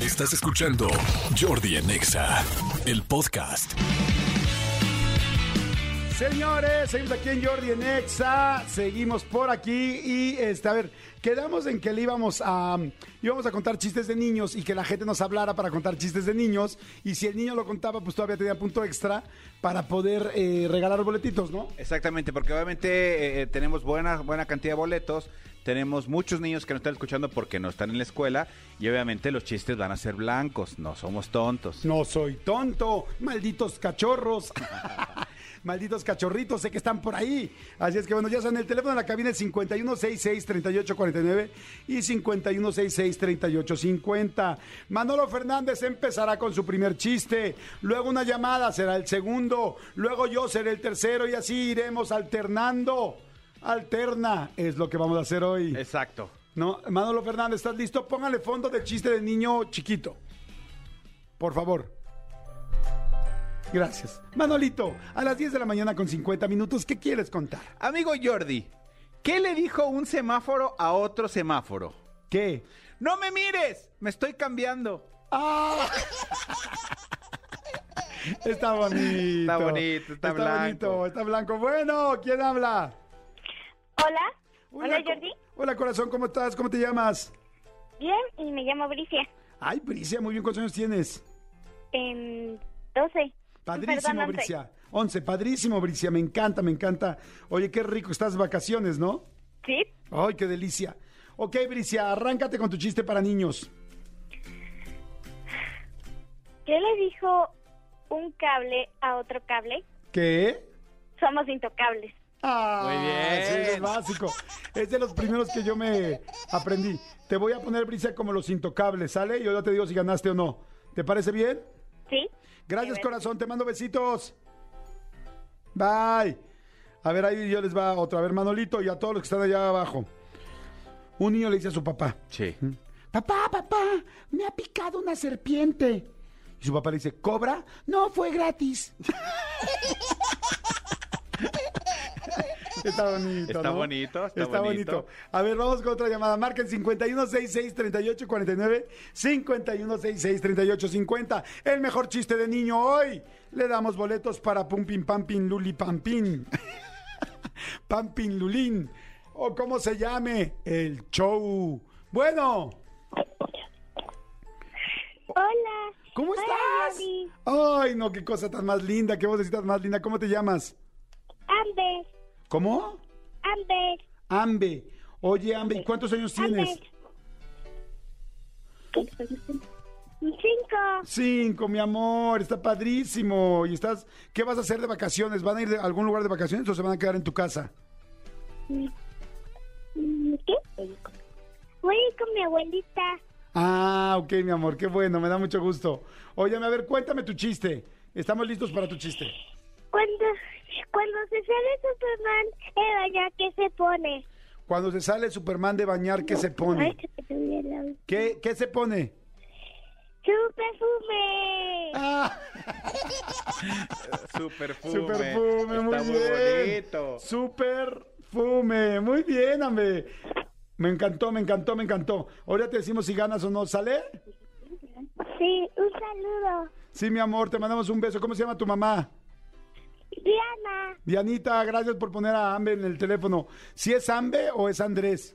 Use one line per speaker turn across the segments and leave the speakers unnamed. Estás escuchando Jordi en Exa, el podcast.
Señores, seguimos aquí en Jordi en Exa, seguimos por aquí y este, a ver, quedamos en que le íbamos a íbamos a contar chistes de niños y que la gente nos hablara para contar chistes de niños y si el niño lo contaba, pues todavía tenía punto extra para poder eh, regalar boletitos, ¿no?
Exactamente, porque obviamente eh, tenemos buena, buena cantidad de boletos, tenemos muchos niños que nos están escuchando porque no están en la escuela y obviamente los chistes van a ser blancos, no somos tontos.
No soy tonto, malditos cachorros. Malditos cachorritos, sé que están por ahí. Así es que bueno, ya saben, el teléfono de la cabina es 5166-3849 y 5166-3850. Manolo Fernández empezará con su primer chiste, luego una llamada será el segundo, luego yo seré el tercero y así iremos alternando. Alterna es lo que vamos a hacer hoy.
Exacto.
No, Manolo Fernández, ¿estás listo? Póngale fondo de chiste de niño chiquito. Por favor. Gracias. Manolito, a las 10 de la mañana con 50 minutos, ¿qué quieres contar?
Amigo Jordi, ¿qué le dijo un semáforo a otro semáforo?
¿Qué?
No me mires, me estoy cambiando.
¡Ah! Está bonito.
Está bonito, está blanco.
bonito, está blanco. Bueno, ¿quién habla?
Hola. Hola,
co-
Jordi.
Hola, corazón, ¿cómo estás? ¿Cómo te llamas?
Bien, y me llamo Bricia.
Ay, Bricia, muy bien, ¿cuántos años tienes?
Em, 12.
Padrísimo,
Perdón, once.
Bricia. 11, padrísimo, Bricia, me encanta, me encanta. Oye, qué rico, estás de vacaciones, ¿no?
Sí.
Ay, qué delicia. Ok, Bricia, arráncate con tu chiste para niños.
¿Qué le dijo un cable a otro cable?
¿Qué?
Somos intocables.
Ah,
Muy bien.
sí, eso es básico. Es de los primeros que yo me aprendí. Te voy a poner, Bricia, como los intocables, ¿sale? Y ahora te digo si ganaste o no. ¿Te parece bien?
¿Sí?
Gracias,
Qué bueno.
corazón. Te mando besitos. Bye. A ver, ahí yo les va otra. A ver, Manolito y a todos los que están allá abajo. Un niño le dice a su papá.
Sí.
Papá, papá, me ha picado una serpiente. Y su papá le dice, ¿cobra? No, fue gratis. está bonito.
Está
¿no?
bonito, está bonito.
A ver, vamos con otra llamada. Marquen 5166-3849, 5166-3850. El mejor chiste de niño hoy. Le damos boletos para Pum Pim Pam Pim Luli Pam Pim. Pam Pim Lulín. O como se llame, el show. Bueno,
Hola.
¿cómo
Hola,
estás?
Jordi.
Ay, no, qué cosa tan más linda, qué vocecita más linda. ¿Cómo te llamas?
Amber.
¿Cómo?
Amber.
Ambe. Oye, Ambe, ¿y cuántos años tienes?
Amber. Cinco.
Cinco, mi amor, está padrísimo. ¿Y estás? ¿Qué vas a hacer de vacaciones? ¿Van a ir de- a algún lugar de vacaciones o se van a quedar en tu casa?
Mm, ¿Qué? Voy a ir con mi abuelita.
Ah, ok, mi amor, qué bueno, me da mucho gusto. Óyeme, a ver, cuéntame tu chiste. Estamos listos para tu chiste.
Cuando, cuando se sale Superman, el baña que se pone.
Cuando se sale Superman de bañar, ¿qué se pone?
Ay, se me olvidó la-
¿Qué, qué se pone?
¡Su perfume!
Ah,
Su perfume.
su perfume, muy
Está muy
bien.
bonito.
Su perfume, muy bien, hombre. Me encantó, me encantó, me encantó. Ahora te decimos si ganas o no, ¿sale?
Sí, un saludo.
Sí, mi amor, te mandamos un beso. ¿Cómo se llama tu mamá?
Diana,
Dianita, gracias por poner a Amber en el teléfono. ¿Si es Ambe o es Andrés?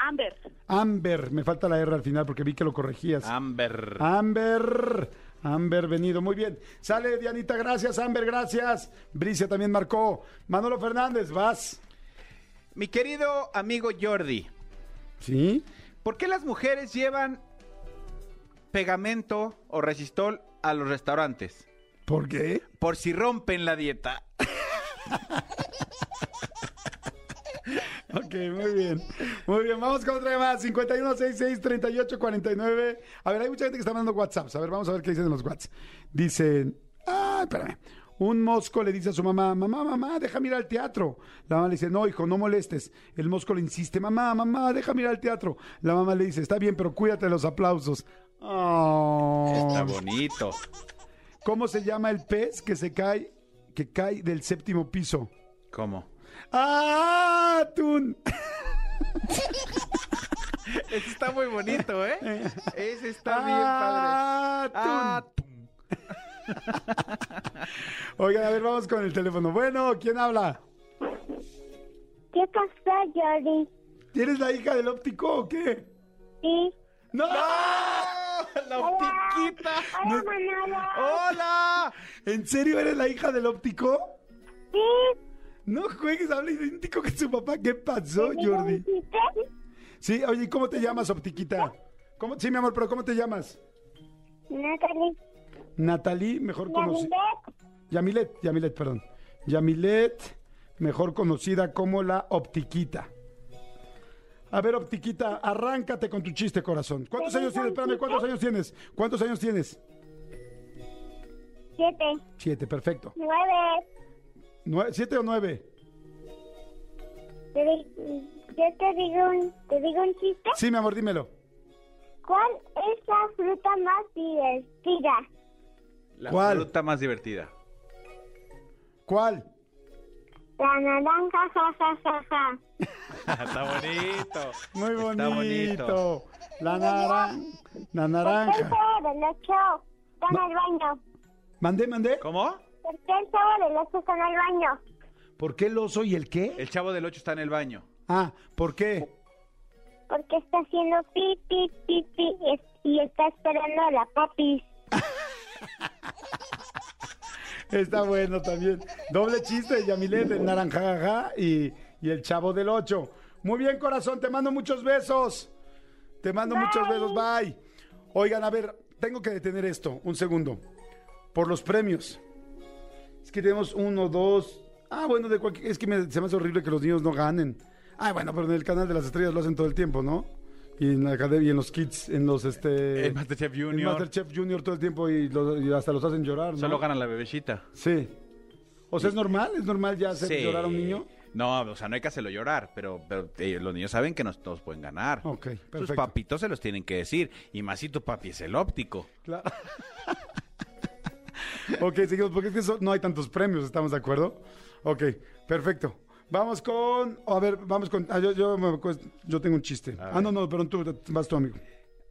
Amber,
Amber, me falta la R al final porque vi que lo corregías.
Amber.
Amber, Amber venido, muy bien. Sale Dianita, gracias, Amber, gracias. Bricia también marcó. Manolo Fernández, vas.
Mi querido amigo Jordi,
¿Sí?
¿por qué las mujeres llevan pegamento o resistol a los restaurantes?
¿Por qué?
Por si rompen la dieta.
Ok, muy bien. Muy bien, vamos con otra más. 5166-3849. A ver, hay mucha gente que está mandando WhatsApps. A ver, vamos a ver qué dicen en los WhatsApps. Dicen, ah, espérame. Un mosco le dice a su mamá, mamá, mamá, déjame ir al teatro. La mamá le dice, no, hijo, no molestes. El mosco le insiste, mamá, mamá, déjame ir al teatro. La mamá le dice, está bien, pero cuídate de los aplausos.
Está
Ah.
bonito.
¿Cómo se llama el pez que se cae, que cae del séptimo piso?
¿Cómo?
¡Ah, atún!
Ese está muy bonito, ¿eh? Ese está
Ah,
bien padre. Ah,
tú. Oigan, a ver, vamos con el teléfono. Bueno, ¿quién habla?
¿Qué pasó, Jordi?
¿Tienes la hija del óptico o qué?
Sí.
¡No!
la optiquita.
Hola, Manolo.
Oh. ¡Hola!
¿En serio eres la hija del óptico?
Sí.
No juegues, habla idéntico que su papá. ¿Qué pasó,
¿me
Oh, Jordi?
dijiste?
Sí, oye, ¿y cómo te llamas, óptiquita? ¿Cómo? Sí, mi amor, pero ¿cómo te llamas?
Natalie.
Natalie, mejor conocida.
Yamilet.
Yamilet, Yamilet, perdón. Yamilet, mejor conocida como la Optiquita. A ver, Optiquita, arráncate con tu chiste, corazón. ¿Cuántos
¿Feliz
años tienes? Espérame, ¿cuántos años tienes? ¿Cuántos años tienes?
Siete.
Siete, perfecto.
Nueve.
Nue- ¿Siete o nueve?
Te di- Yo te digo un, te digo un chiste.
Sí, mi amor, dímelo.
¿Cuál es la fruta más divertida?
La
¿Cuál?
fruta más divertida.
¿Cuál?
La naranja, ja, ja, ja, ja.
está bonito.
Muy
Está
bonito.
bonito.
La, naran la
¿Por qué el
naranja.
sabor del ocho está en el baño?
¿Mandé, mandé?
¿Cómo?
¿Por qué el sabor del ocho está en el baño?
¿Por qué el oso y el qué?
El chavo del 8 está en el baño.
Ah, ¿por qué?
Porque está haciendo pi, pi, pi, pi y es- y está esperando a la popis.
Está bueno también. Doble chiste, Yamilet, el naranjaja y, y el chavo del 8. Muy bien, corazón, te mando muchos besos. Te mando muchos besos, bye. Oigan, a ver, tengo que detener esto, un segundo. Por los premios. Es que tenemos uno, dos. Ah, bueno, de cualquier. Es que me- se me hace horrible que los niños no ganen. Ah, bueno, pero en el canal de las estrellas lo hacen todo el tiempo, ¿no? Y en la academia, y en los kids, en los este.
En Masterchef
en
Junior.
Masterchef Junior todo el tiempo y, los- y hasta los hacen llorar, ¿no?
Solo gana la bebecita.
Sí. O sea, ¿es normal? ¿Es normal ya hacer
Sí.
llorar a un niño?
No, o sea, no hay que hacerlo llorar, pero, pero, eh, los niños saben que nos, todos pueden ganar.
Ok, perfecto.
Sus papitos se los tienen que decir, y más si tu papi es el óptico.
Claro. ok, seguimos, porque es que eso- no hay tantos premios, ¿estamos de acuerdo? Ok, perfecto. Vamos con... A ver, vamos con... ah, yo, yo me acuest- yo tengo un chiste. Ah, no, no, pero tú vas tú, amigo.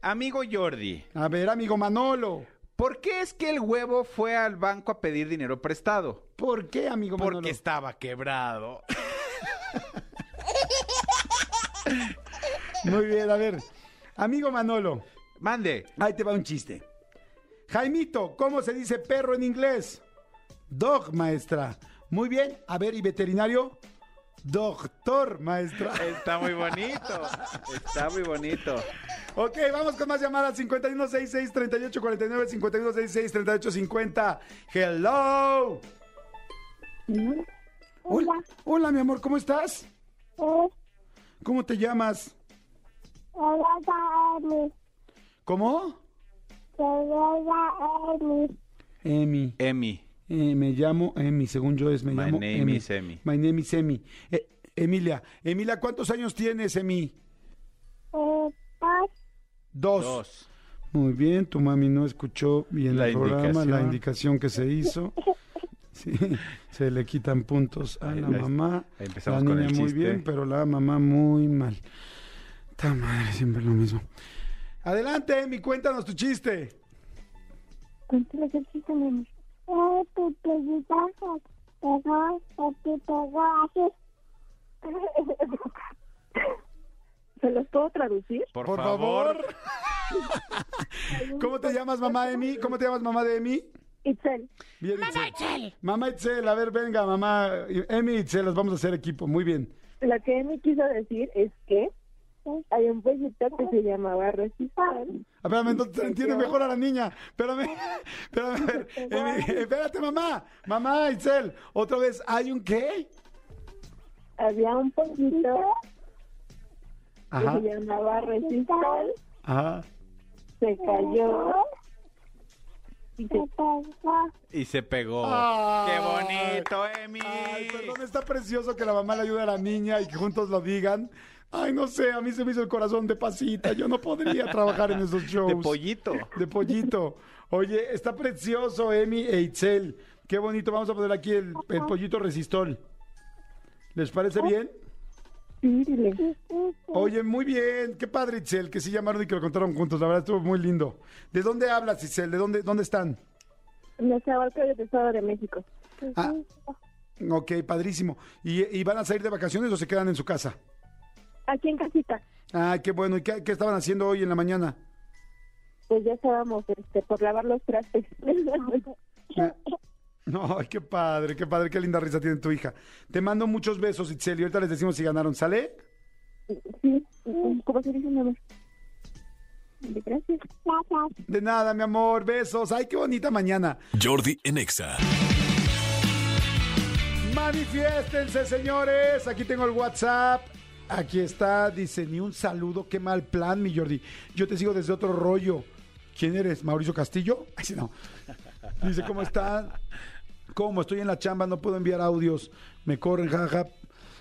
Amigo Jordi,
A ver, amigo Manolo.
¿por qué es que el huevo fue al banco a pedir dinero prestado?
¿Por qué, amigo
Porque
Manolo?
estaba quebrado.
Muy bien, a ver. Amigo Manolo,
Mande.
ahí te va un chiste. Jaimito, ¿cómo se dice perro en inglés? Dog, maestra. Muy bien. A ver, ¿y veterinario? Doctor, maestra.
Está muy bonito. Está muy bonito.
Ok, vamos con más llamadas. 5166-3849, 5166-3850. Hello.
Hola.
Hola, mi amor, ¿cómo estás?
Eh,
¿Cómo te llamas?
Hola, Dani.
¿Cómo?
Hola, Dani.
Emi.
Emi.
Eh, me llamo Emi, según yo es, me
My
llamo
name
Emi.
is Emi.
My name is Emi. Eh, Emilia, Emilia, ¿cuántos años tienes, Emi?
Eh, dos.
Dos.
Dos.
Muy bien, tu mami no escuchó bien
La
el programa, la
indicación.
indicación que se hizo. Sí, se le quitan puntos a
Ahí-
la
ahí-
mamá.
ahí
la
empezamos con
niña
el
muy
chiste.
bien, pero la mamá muy mal. Ta madre, siempre lo mismo. Adelante, Emi, cuéntanos tu chiste.
Cuéntale que sí también. Eh, tu pellita se pegó, se te pegó así.
¿Se los puedo traducir?
Por,
Por
favor.
favor. ¿Cómo te llamas, mamá Emi? ¿Cómo te llamas, mamá de Emi?
Itzel.
Bien, mamá Itzel. Mamá Itzel, a ver, venga, mamá. Emi Itzel, las vamos a hacer equipo. Muy bien.
Lo que me quiso decir es que hay un pollito que se llamaba Rosita.
Ah, Espérame, entonces te entiende mejor a la niña. Espérame, espérame. a ver. Emi, espérate, mamá. Mamá Itzel, otra vez, ¿hay un qué?
Había un pollito que
Ajá,
se llamaba Rosita.
ajá.
Se cayó y
Se
se
pegó.
Y se pegó.
Ay.
¡Qué bonito, Emi!
Ay, perdón, está precioso que la mamá le ayude a la niña y que juntos lo digan. Ay, no sé, a mí se me hizo el corazón de pasita. Yo no podría trabajar en esos shows.
De pollito.
De pollito. Oye, está precioso, Emi e Itzel. Qué bonito. Vamos a poner aquí el, el pollito resistol. ¿Les parece bien?
Pírile.
Oye, muy bien. Qué padre, Itzel, que sí llamaron y que lo contaron juntos. La verdad estuvo muy lindo. ¿De dónde hablas, Itzel? ¿De dónde, dónde están?
Me abarca del Estado de México.
Ah, ok, padrísimo. ¿Y, y van a salir de vacaciones o se quedan en su casa?
Aquí en casita.
Ay, qué bueno. ¿Y qué, qué estaban haciendo hoy en la mañana?
Pues ya estábamos este, por lavar los trastes.
Ah, No, ay, qué padre, qué padre, qué linda risa tiene tu hija. Te mando muchos besos, Itzel, y ahorita les decimos si ganaron. ¿Sale?
sí. ¿Cómo se dice, mi amor? Gracias.
Gracias.
De nada, mi amor, besos. Ay, qué bonita mañana.
Jordi en Exa.
Manifiéstense, señores. Aquí tengo el WhatsApp. Aquí está, dice, ni un saludo, qué mal plan, mi Jordi. Yo te sigo desde otro rollo. ¿Quién eres? ¿Mauricio Castillo? Ay, sí, no. Dice, ¿cómo están? ¿Cómo? Estoy en la chamba, no puedo enviar audios. Me corren, jaja.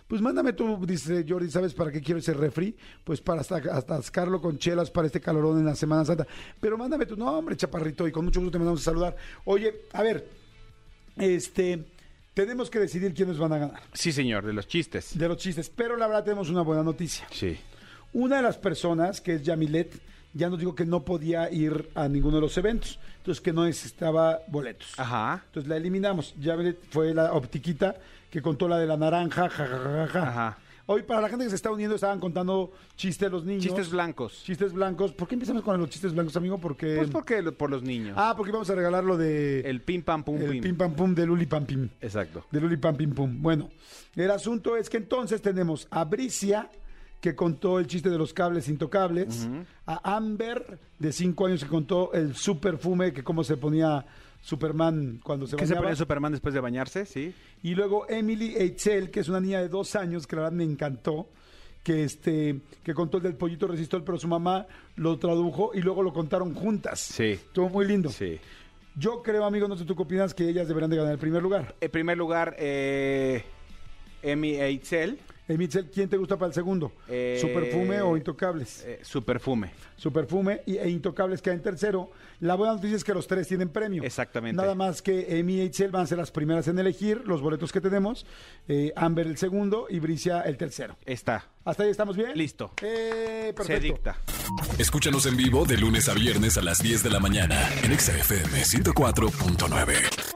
Pues mándame tú, dice Jordi, ¿sabes para qué quiero ese refri? Pues para hasta, hasta atascarlo con chelas para este calorón en la Semana Santa. Pero mándame tu nombre, chaparrito, y con mucho gusto te mandamos a saludar. Oye, a ver, este, tenemos que decidir quiénes van a ganar
Sí, señor, de los chistes.
de los chistes, pero la verdad tenemos una buena noticia.
Sí.
Una de las personas, que es Yamilet, ya nos dijo que no podía ir a ninguno de los eventos, entonces que no necesitaba boletos.
Ajá.
Entonces la eliminamos. Yamilet fue la optiquita que contó la de la naranja, jajajaja.
Ajá.
Hoy, para la gente que se está uniendo, estaban contando chistes los niños.
Chistes blancos.
Chistes blancos. ¿Por qué empezamos con los chistes blancos, amigo? Porque...
Pues porque lo- por los niños.
Ah, porque vamos a regalar lo de...
el pim pam pum
el
pim.
pim pam pum de Luli Pam Pim.
Exacto.
De Luli Pam Pim Pum. Bueno, el asunto es que entonces tenemos a Bricia, que contó el chiste de los cables intocables, a Amber, de 5 años, que contó el superfume, que cómo se ponía Superman cuando se
¿Qué se
bañaba.
ponía Superman después de bañarse? Sí.
Y luego Emily Eitzel, que es una niña de dos años, que la verdad me encantó, que este, que contó el del pollito resistor, pero su mamá lo tradujo y luego lo contaron juntas.
Sí.
Estuvo muy lindo.
Sí.
Yo creo, amigo, no sé tú qué opinas, que ellas deberán de ganar el primer lugar.
En primer lugar, eh, Emi Eitzel,
Eh, Mitchell, ¿quién te gusta para el segundo?
Eh,
¿Superfume o Intocables?
eh, su perfume.
Superfume y- e Intocables queda en tercero. La buena noticia es que los tres tienen premio.
Exactamente.
Nada más que Emi y Itzel van a ser las primeras en elegir los boletos que tenemos. eh, Amber el segundo y Bricia el tercero.
Está.
¿Hasta ahí estamos bien?
Listo.
Eh, perfecto.
Se dicta.
Escúchanos en vivo de lunes a viernes a las 10 de la mañana en Exa FM 104.9.